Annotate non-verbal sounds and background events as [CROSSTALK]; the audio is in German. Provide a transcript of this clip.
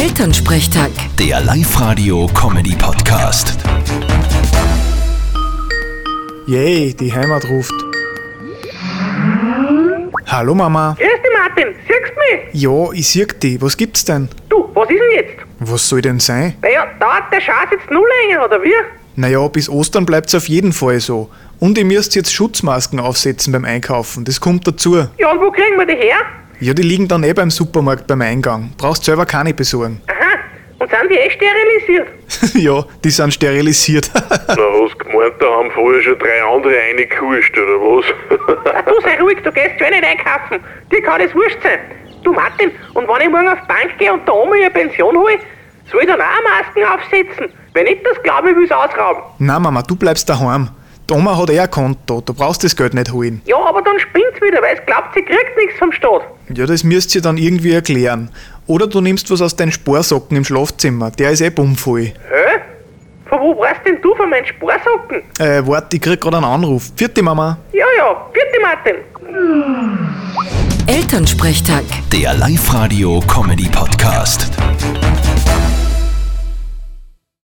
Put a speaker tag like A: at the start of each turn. A: Elternsprechtag.
B: Der Live-Radio-Comedy-Podcast.
C: Yay, die Heimat ruft. Hallo Mama.
D: Grüß dich, Martin. Siehst du mich?
C: Ja, ich sieg die. Was gibt's denn?
D: Du, was ist denn jetzt?
C: Was soll denn sein?
D: Naja, dauert der Schatz jetzt nur länger, oder wie?
C: Naja, bis Ostern bleibt's auf jeden Fall so. Und ihr müsst jetzt Schutzmasken aufsetzen beim Einkaufen. Das kommt dazu.
D: Ja, und wo kriegen wir die her?
C: Ja, die liegen dann eh beim Supermarkt beim Eingang. Brauchst selber keine besorgen. [LAUGHS]
D: Aha. Und sind die eh sterilisiert?
C: ja, die sind sterilisiert. [LAUGHS]
E: Na, was gemeint, da haben vorher schon drei andere reingekurscht, oder was?
D: Ah, du sei ruhig, du gehst schon nicht einkaufen. Dir kann das wurscht sein. Du, Martin, und wenn ich morgen auf die Bank gehe und der Oma ihre Pension hole, soll ich dann auch Masken aufsetzen? Wenn nicht, das glaube ich, will ausrauben.
C: Na Mama, du bleibst daheim. Die Oma hat eh ein Konto, du brauchst das Geld nicht holen.
D: Ja, aber dann spinnt's wieder, weil es glaubt, sie kriegt nichts vom Staat.
C: Ja, das müsst ihr dann irgendwie erklären. Oder du nimmst was aus deinen Sporsocken im Schlafzimmer, der ist eh bummvoll.
D: Hä? Von wo weißt denn du von meinen Sparsocken?
C: Äh, warte, ich krieg gerade einen Anruf. Vierte Mama.
D: Ja, ja, vierte Martin.
A: Elternsprechtag.
B: Der Live-Radio-Comedy-Podcast.